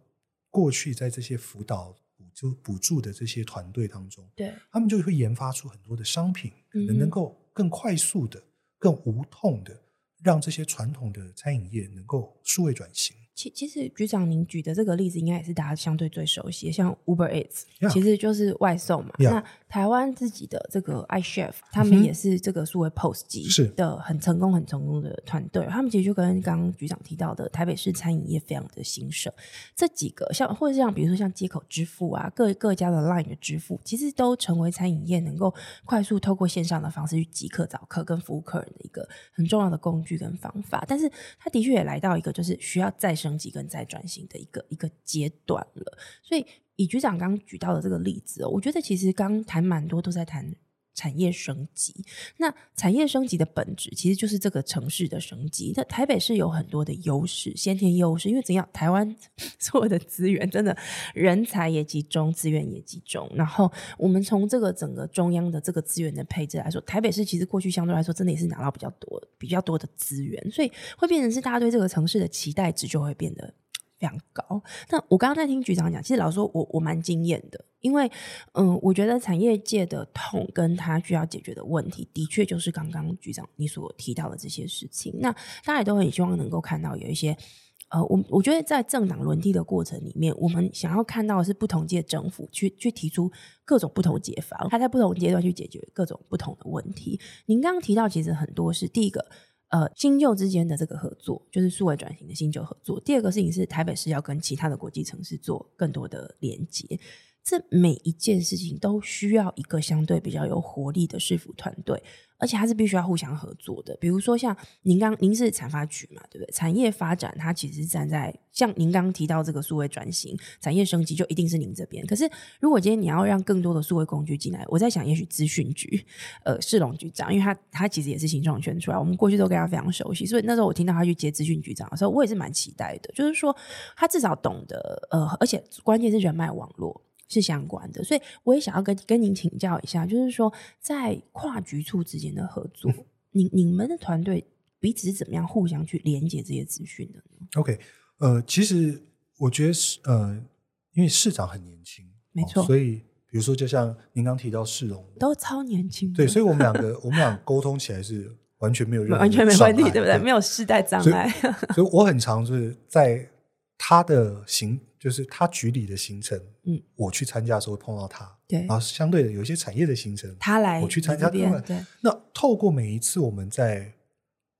过去在这些辅导、补助、补助的这些团队当中，
对，
他们就会研发出很多的商品，可
嗯哼
能能够更快速的、更无痛的，让这些传统的餐饮业能够数位转型。
其其实局长您举的这个例子，应该也是大家相对最熟悉的，像 Uber Eats，、
Yeah
其实就是外送嘛。
Yeah
那台湾自己的这个 iChef，他
嗯
们
哼
也是这个数位 POS 机
是
的很成功、很成功的团队，他们其实就跟刚刚局长提到的台北市餐饮业非常的兴盛。这几个像或者像比如说像接口支付啊，各各家的 LINE 的支付，其实都成为餐饮业能够快速透过线上的方式去即刻找客跟服务客人的一个很重要的工具跟方法。但是它的确也来到一个就是需要再升级跟再转型的一个一个阶段了。所以以局长刚刚举到的这个例子、哦，我觉得其实刚谈蛮多都在谈。产业升级，那产业升级的本质其实就是这个城市的升级。那台北市有很多的优势，先天优势，因为怎样，台湾 所有的资源真的人才也集中，资源也集中。然后我们从这个整个中央的这个资源的配置来说，台北市其实过去相对来说真的也是拿到比较多、比较多的资源，所以会变成是大家对这个城市的期待值就会变得非常高。那我刚刚在听局长讲，其实老实说我我蛮惊艳的，因为嗯，我觉得产业界的痛跟他需要解决的问题，的确就是刚刚局长你所提到的这些事情。那大家也都很希望能够看到有一些。呃，我我觉得在政党轮替的过程里面，我们想要看到的是不同届政府去去提出各种不同解法，他在不同阶段去解决各种不同的问题。您刚刚提到，其实很多是第一个，呃新旧之间的这个合作，就是数位转型的新旧合作。第二个事情是台北市要跟其他的国际城市做更多的连接。这每一件事情都需要一个相对比较有活力的市府团队，而且它是必须要互相合作的。比如说像您刚您是产发局嘛，对不对？产业发展它其实是站在像您刚刚提到这个数位转型、产业升级，就一定是您这边。可是如果今天你要让更多的数位工具进来，我在想，也许资讯局呃世龙局长，因为他他其实也是行政圈出来，我们过去都跟他非常熟悉，所以那时候我听到他去接资讯局长的时候，我也是蛮期待的，就是说他至少懂得呃，而且关键是人脉网络。是相关的，所以我也想要跟跟您请教一下，就是说在跨局处之间的合作，
嗯
你你们的团队彼此是怎么样互相去连接这些资讯的呢？
OK，呃，其实我觉得是呃，因为市长很年轻，哦
没错
所以比如说就像您刚提到市容，
都超年轻的，
对，所
以
以我们两个我们俩沟通起来是完全没有任何
嗯完全没问题，
障碍
对不对？没有世代障
所以
碍，
所以我很常就是在他的行，就是他局里的行程，
嗯，
我去参加的时候会碰到他，
对
然后相对的有一些产业的行程，
他来
啊我去参加
你这边
他们
对，
那透过每一次我们在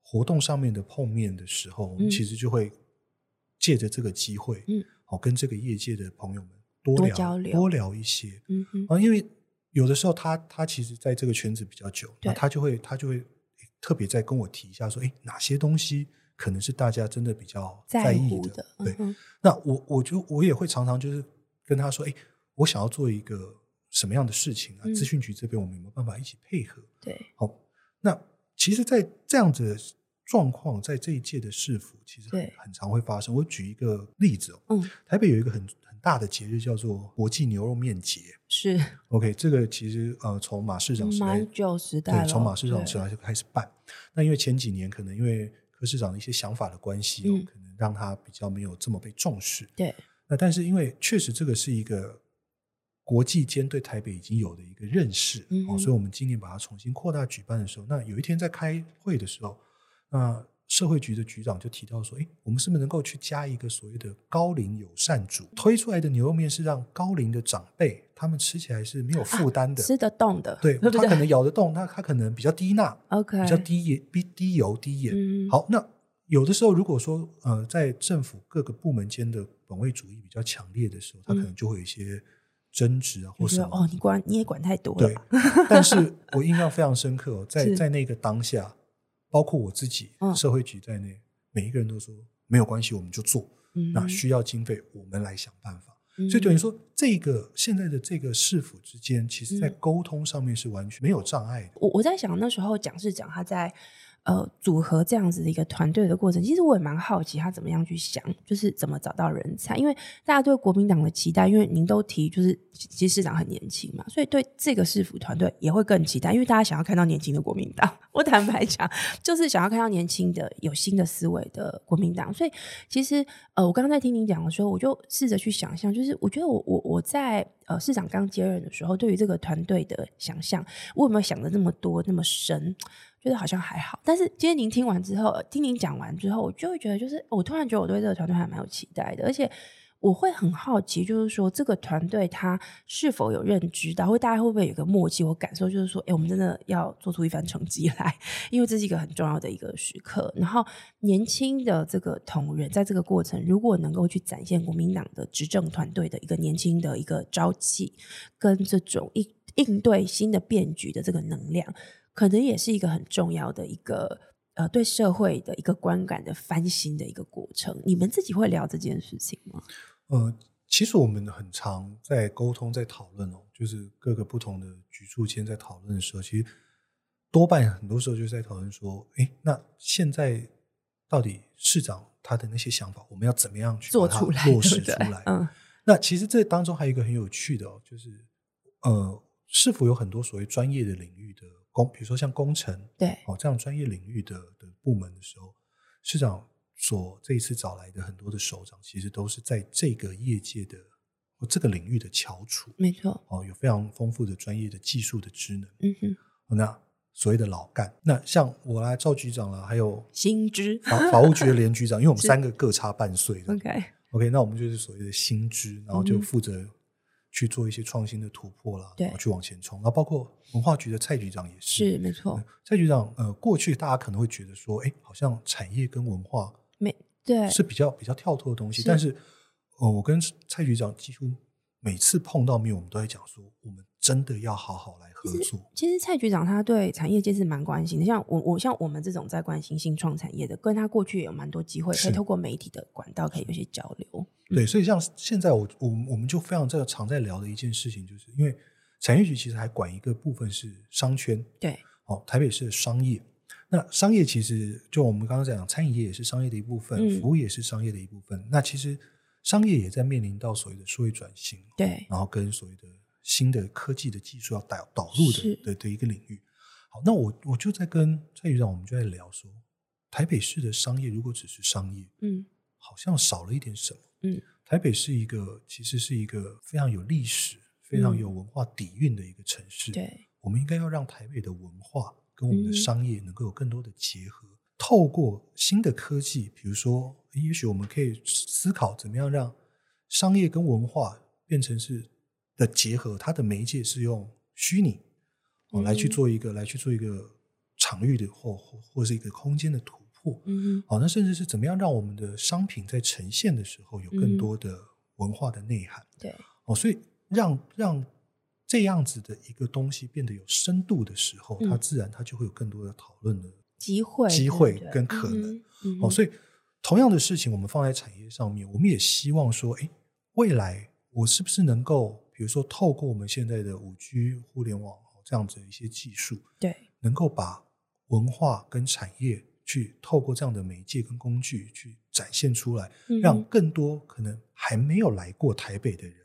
活动上面的碰面的时候，我
嗯
们其实就会借着这个机会，
嗯，
哦，跟这个业界的朋友们多
多
聊
交流
多聊一些
嗯哼，
啊，因为有的时候他他其实在这个圈子比较久，那
对
他就会他就会特别再跟我提一下说，哎，哪些东西可能是大家真的比较
在
意
乎
的
的，
对
嗯，哼
那我我就我也会常常就是跟他说，哎、我想要做一个什么样的事情啊？
嗯
资讯局这边我们有没有办法一起配合？
对，
好，那其实，在这样子的状况，在这一届的市府，其实很
对
很常会发生。我举一个例子哦，
嗯，
台北有一个很很大的节日叫做国际牛肉面节。
是
OK，这个其实呃，从马市长时代
蛮久时代
对，
了，
从马市长时
对
代就开始办。那因为前几年可能因为柯市长的一些想法的关系、哦，
嗯
可能让他比较没有这么被重视。
对，
那但是因为确实这个是一个国际间对台北已经有的一个认识、
嗯
哦，
哼
所以我们今年把它重新扩大举办的时候，那有一天在开会的时候，那社会局的局长就提到说，诶，我们是不是能够去加一个所谓的高龄友善组，推出来的牛肉面是让高龄的长辈他们吃起来是没有负担的，
吃得动的，
对
啊 对不
他可
对
能咬得动，那他可能比较低钠，
？OK，
比较低盐、低低油、低盐。
嗯
好，那有的时候如果说呃，在政府各个部门间的本位主义比较强烈的时候，它可能就会有一些争执啊，或
就
什
说
么。
哦，嗯你管你也管太多了
对
吧？，
但是我印象非常深刻、哦，在
是
在那个当下，包括我自己、
嗯
社会局在内，每一个人都说没有关系，我们就做。
嗯
那需要经费，我们来想办法。
嗯
所以等于说，这个现在的这个市府之间，其实在
嗯
沟通上面是完全没有障碍的。
我我在想那时候蒋市长他在呃组合这样子的一个团队的过程，其实我也蛮好奇他怎么样去想，就是怎么找到人才，因为大家对国民党的期待，因为您都提就是其其实市长很年轻嘛，所以对这个市府团队也会更期待，因为大家想要看到年轻的国民党。 我坦白讲，就是想要看到年轻的有新的思维的国民党，所以其实呃，我刚刚在听您讲的时候，我就试着去想象，就是我觉得我我我在呃市长刚接任的时候，对于这个团队的想象，我有没有想的那么多那么深？觉得好像还好，但是今天您听完之后，呃听您讲完之后，我就会觉得，就是我突然觉得我对这个团队还蛮有期待的，而且我会很好奇，就是说这个团队他是否有认知到，或大家会不会有一个默契？我感受就是说，哎，我们真的要做出一番成绩来， 因为这是一个很重要的一个时刻。然后年轻的这个同仁，在这个过程如果能够去展现国民党的执政团队的一个年轻的一个朝气，跟这种应应对新的变局的这个能量，可能也是一个很重要的一个。呃，对社会的一个观感的翻新的一个过程，你们自己会聊这件事情吗？
呃，其实我们很常在沟通、在讨论哦，就是各个不同的局处间在讨论的时候，其实多半很多时候就是在讨论说，诶，那现在到底市长他的那些想法，我们要怎么样去
做
把它
出来，
落
对
实
不对
出来？
嗯，
那其实这当中还有一个很有趣的哦，就是呃，是否有很多所谓专业的领域的工，比如说像工程
对，
哦这样专业领域的的部门的时候，市长所这一次找来的很多的首长，其实都是在这个业界的或这个领域的翘楚
没错，
哦，有非常丰富的专业的技术的职能。
嗯哼，
哦那所谓的老干，那像我啦、赵局长啦，还有
新知
法法务局的连局长，因为我们
是
三个各差半岁的。
，OK，
OK，那我们就是所谓的新知，然
嗯
后就
哼
负责去做一些创新的突破啦，
对
然后去往前冲。然后包括文化局的蔡局长也是，
是没错
嗯，蔡局长呃，过去大家可能会觉得说，哎，好像产业跟文化
没对，
是比较比较跳脱的东西，
是
但是呃，我跟蔡局长几乎每次碰到面，我们都在讲说，我们真的要好好来合作。
其实蔡局长他对产业界是蛮关心的，像我我像我们这种在关心新创产业的，跟他过去也有蛮多机会，可
是
以透过媒体的管道可以有一些交流。
对，所以像现在我我我们就非常在常在聊的一件事情，就是因为产业局其实还管一个部分是商圈，
对，
哦，台北市的商业。那商业其实就我们刚刚讲，餐饮业也是商业的一部分，
嗯
服务也是商业的一部分。那其实商业也在面临到所谓的数位转型，
对，
然后跟所谓的新的科技的技术要导导入的
是
的的一个领域。好，那我我就在跟蔡局长，我们就在聊说，台北市的商业如果只是商业，
嗯
好像少了一点什么。
嗯，
台北是一个其实是一个非常有历史、非常有文化底蕴的一个城市。
嗯对，
我们应该要让台北的文化跟我们的
嗯
商业能够有更多的结合，透过新的科技，比如说，也许我们可以思考怎么样让商业跟文化变成是的结合，它的媒介是用虚拟哦、
嗯
来去做一个来去做一个场域的或或或是一个空间的突破。哦
嗯哼，
好、那甚至是怎么样让我们的商品在呈现
嗯
的时候有更多的文化的内涵。
对，
哦，所以让让这样子的一个东西变得有深度的时候，它
嗯
自然它就会有更多的讨论的
机会
机
对不
会
对
跟可能。
嗯哼
哦，所以同样的事情，我们放在产业上面，我们也希望说，哎，未来我是不是能够，比如说透过我们现在的五 G 互联网哦这样子的一些技术，
对
能够把文化跟产业去透过这样的媒介跟工具去展现出来，
嗯
让
哼
更多可能还没有来过台北的人，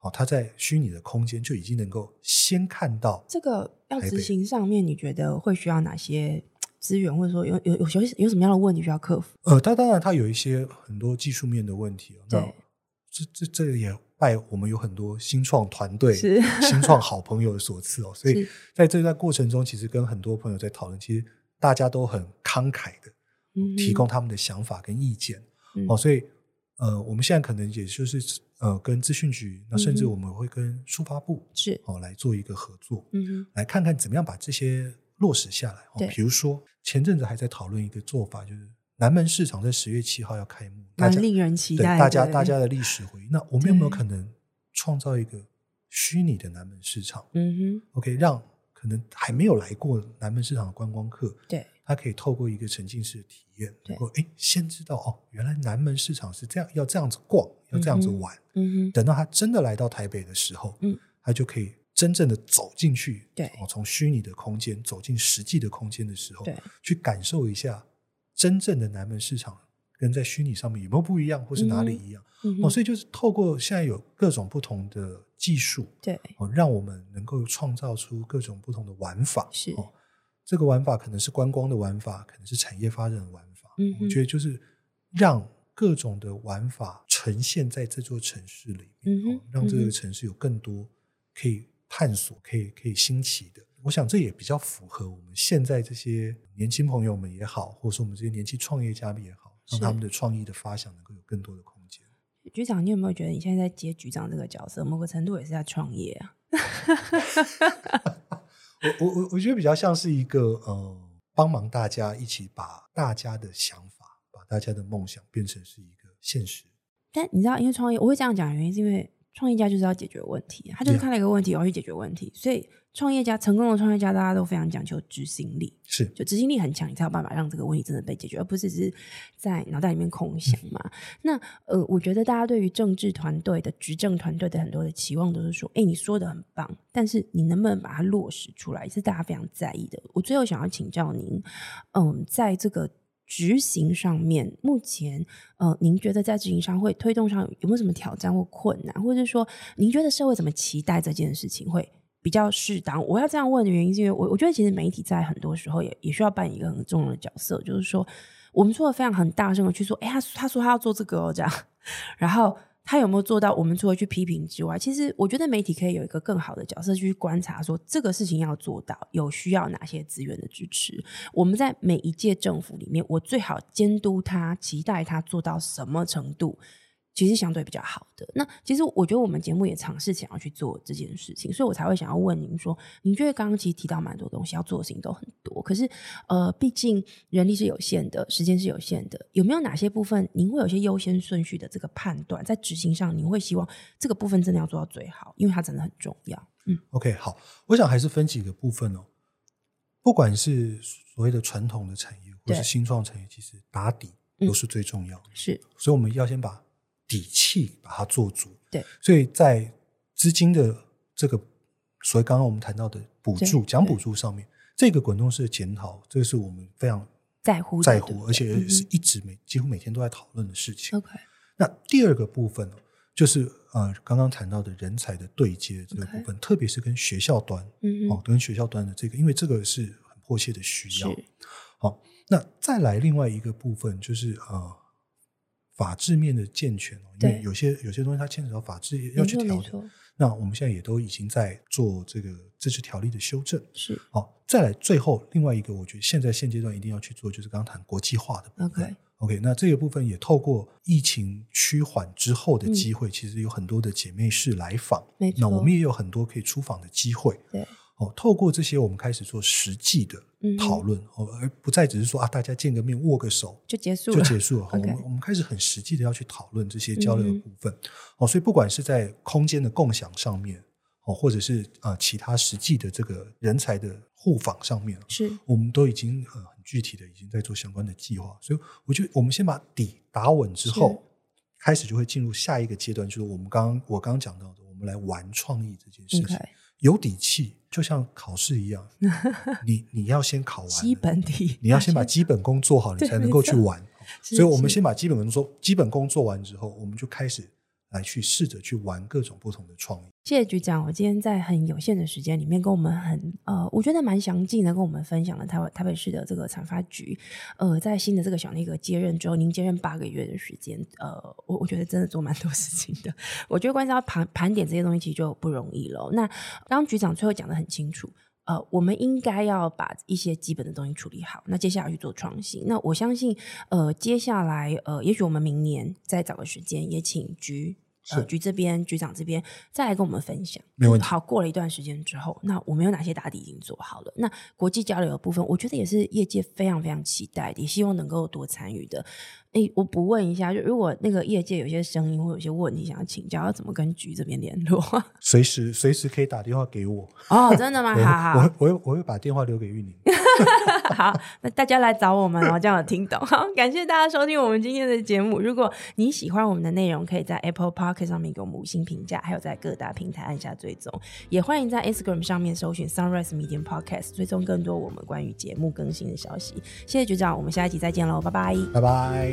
哦，他在虚拟的空间就已经能够先看到
这个要
台
执
北
行上面，你觉得会需要哪些资源，或者说有有有有有什么样的问题需要克服？
呃，它当然它有一些很多技术面的问题、哦，那
对
这这这也拜我们有很多新创团队、
是
新创好朋友的所赐 哦。所以
是
在这段过程中，其实跟很多朋友在讨论，其实大家都很慷慨的
嗯哼
提供他们的想法跟意见、
嗯
哦。所以呃，我们现在可能也就是呃跟资讯局，那甚至
嗯哼
我们会跟书发部
是
哦来做一个合作。
嗯哼
来看看怎么样把这些落实下来。
对
哦、比如说前阵子还在讨论一个做法，就是南门市场在十月七号要开幕，大家
蛮令人期
对
待的，
大家大家的历史回忆。那我们有没有
对
可能创造一个虚拟的南门市场
嗯哼
？OK，让可能还没有来过南门市场的观光客，
对
他可以透过一个沉浸式的体验，
对
能够哎先知道哦，原来南门市场是这样，要这样子逛，要这样子
嗯哼
玩。
嗯哼
等到他真的来到台北的时候，
嗯，
他就可以真正的走进去，
对
哦，从虚拟的空间走进实际的空间的时候，
对
去感受一下真正的南门市场跟在虚拟上面有没有不一样，或是哪里一样、
嗯
哦，
哼
所以就是透过现在有各种不同的技术，
对
哦，让我们能够创造出各种不同的玩法，
是
哦，这个玩法可能是观光的玩法，可能是产业发展的玩法，
嗯
我
哼
觉得就是让各种的玩法呈现在这座城市里面，
嗯哼
哦让这
嗯
个
哼
城市有更多可以探索、可以可以新奇的。我想这也比较符合我们现在这些年轻朋友们也好，或者说我们这些年轻创业家们也好，
是
让他们的创意的发想能够有更多的空间。
局长，你有没有觉得你现在在接局长这个角色，某个程度也是在创业啊？
我我我我觉得比较像是一个呃，帮忙大家一起把大家的想法、把大家的梦想变成是一个现实。
但你知道，因为创业，我会这样讲的原因是因为创业家就是要解决问题，啊他就是看了一个问题，然后去解决问题。所以，创业家成功的创业家，大家都非常讲求执行力，
是
就执行力很强，你才有办法让这个问题真的被解决，而不是只是在脑袋里面空想嘛。 那呃，我觉得大家对于政治团队的执政团队的很多的期望都是说，哎，你说的很棒，但是你能不能把它落实出来，也是大家非常在意的。我最后想要请教您，嗯，在这个执行上面，目前呃，您觉得在执行上会推动上有没有什么挑战或困难，或者是说您觉得社会怎么期待这件事情会比较适当？我要这样问的原因是因为我我觉得其实媒体在很多时候也也需要扮演一个很重要的角色，就是说我们说的非常很大声的去说，哎、他他说他要做这个、哦、这样，然后。他有没有做到？我们除了去批评之外，其实我觉得媒体可以有一个更好的角色去观察说这个事情要做到，有需要哪些资源的支持。我们在每一届政府里面，我最好监督他，期待他做到什么程度，其实相对比较好的。那其实我觉得我们节目也尝试想要去做这件事情，所以我才会想要问您说，您觉得刚刚其实提到蛮多东西，要做的事情都很多，可是呃，毕竟人力是有限的，时间是有限的，有没有哪些部分您会有一些优先顺序的这个判断，在执行上，您会希望这个部分真的要做到最好，因为它真的很重要。嗯
OK，好，我想还是分几个部分哦。不管是所谓的传统的产业，或
对嗯
是新创产业，其实打底都是最重要的。
是
所以我们要先把底气把它做足。
对，
所以在资金的这个，所以刚刚我们谈到的补助，
对
讲补助上面，这个滚动式的检讨，这是我们非常
在乎的
在
对不
乎，
对
而且
嗯
是一直每几乎每天都在讨论的事情。
OK，
那第二个部分呢，就是呃刚刚谈到的人才的对接这个部分，特别是跟学校端
嗯
哦
哼，，
跟学校端的这个，因为这个是很迫切的需要
是。
好、那再来另外一个部分就是呃，法制面的健全哦，因为
对
有些有些东西它牵扯到法制要
没
去
错
调
没
整。
错，
那我们现在也都已经在做这个自治条例的修正。
是
哦，再来最后另外一个，我觉得现在现阶段一定要去做，就是刚刚谈国际化的部分。
OK
OK，那这个部分也透过疫情趋缓之后的机会，其实有很多的姐妹市来访
嗯没，错
那我们也有很多可以出访的机会。
对，
哦，透过这些，我们开始做实际的
嗯哼
讨论，哦，而不再只是说啊，大家见个面握个手
就结束
就
了。
结束了。哦
OK
我们我们开始很实际的要去讨论这些交流的
嗯哼
部分。哦，所以不管是在空间的共享上面，哦，或者是呃其他实际的这个人才的互访上面，
是
我们都已经呃很具体的已经在做相关的计划，所以我觉得我们先把底打稳之
是
后，开始就会进入下一个阶段，就是我们刚刚我刚刚讲到的，我们来玩创意这件事情
OK，
有底气，就像考试一样， 你你要先考完了，
基本题，
你要先把基本功做好，你
对
才能够
没错
去玩。
是
所以，我们
是
先把基本功做基本功做完之后，我们就开始来去试着去玩各种不同的创意。
谢谢局长，我今天在很有限的时间里面跟我们很呃，我觉得蛮详尽的跟我们分享了台湾台北市的这个产发局，呃，在新的这个小内阁接任之后，您接任八个月的时间，呃，我我觉得真的做蛮多事情的。我觉得关于要盘盘点这些东西其实就不容易了。那刚刚局长最后讲的很清楚，呃，我们应该要把一些基本的东西处理好，那接下来去做创新。那我相信，呃，接下来呃，也许我们明年再找个时间，也请局。呃，
是
局这边，局长这边再来跟我们分享。
没问题
好，过了一段时间之后，那我们有哪些打底已经做好了？那国际交流的部分，我觉得也是业界非常非常期待，也希望能够多参与的。诶，我不问一下，就如果那个业界有些声音或有些问题想要请教，要怎么跟局这边联络？
随时随时可以打电话给我，
哦，真的吗？
我
好好
我我会我会把电话留给玉宁。
好，那大家来找我们哦，这样有听懂。好，感谢大家收听我们今天的节目。如果你喜欢我们的内容，可以在 Apple Park 上面给我们五星评价，还有在各大平台按下追踪。也欢迎在 Instagram 上面搜寻 Sunrise Media Podcast，追踪更多我们关于节目更新的消息。谢谢局长，我们下一集再见喽，拜拜。
拜拜。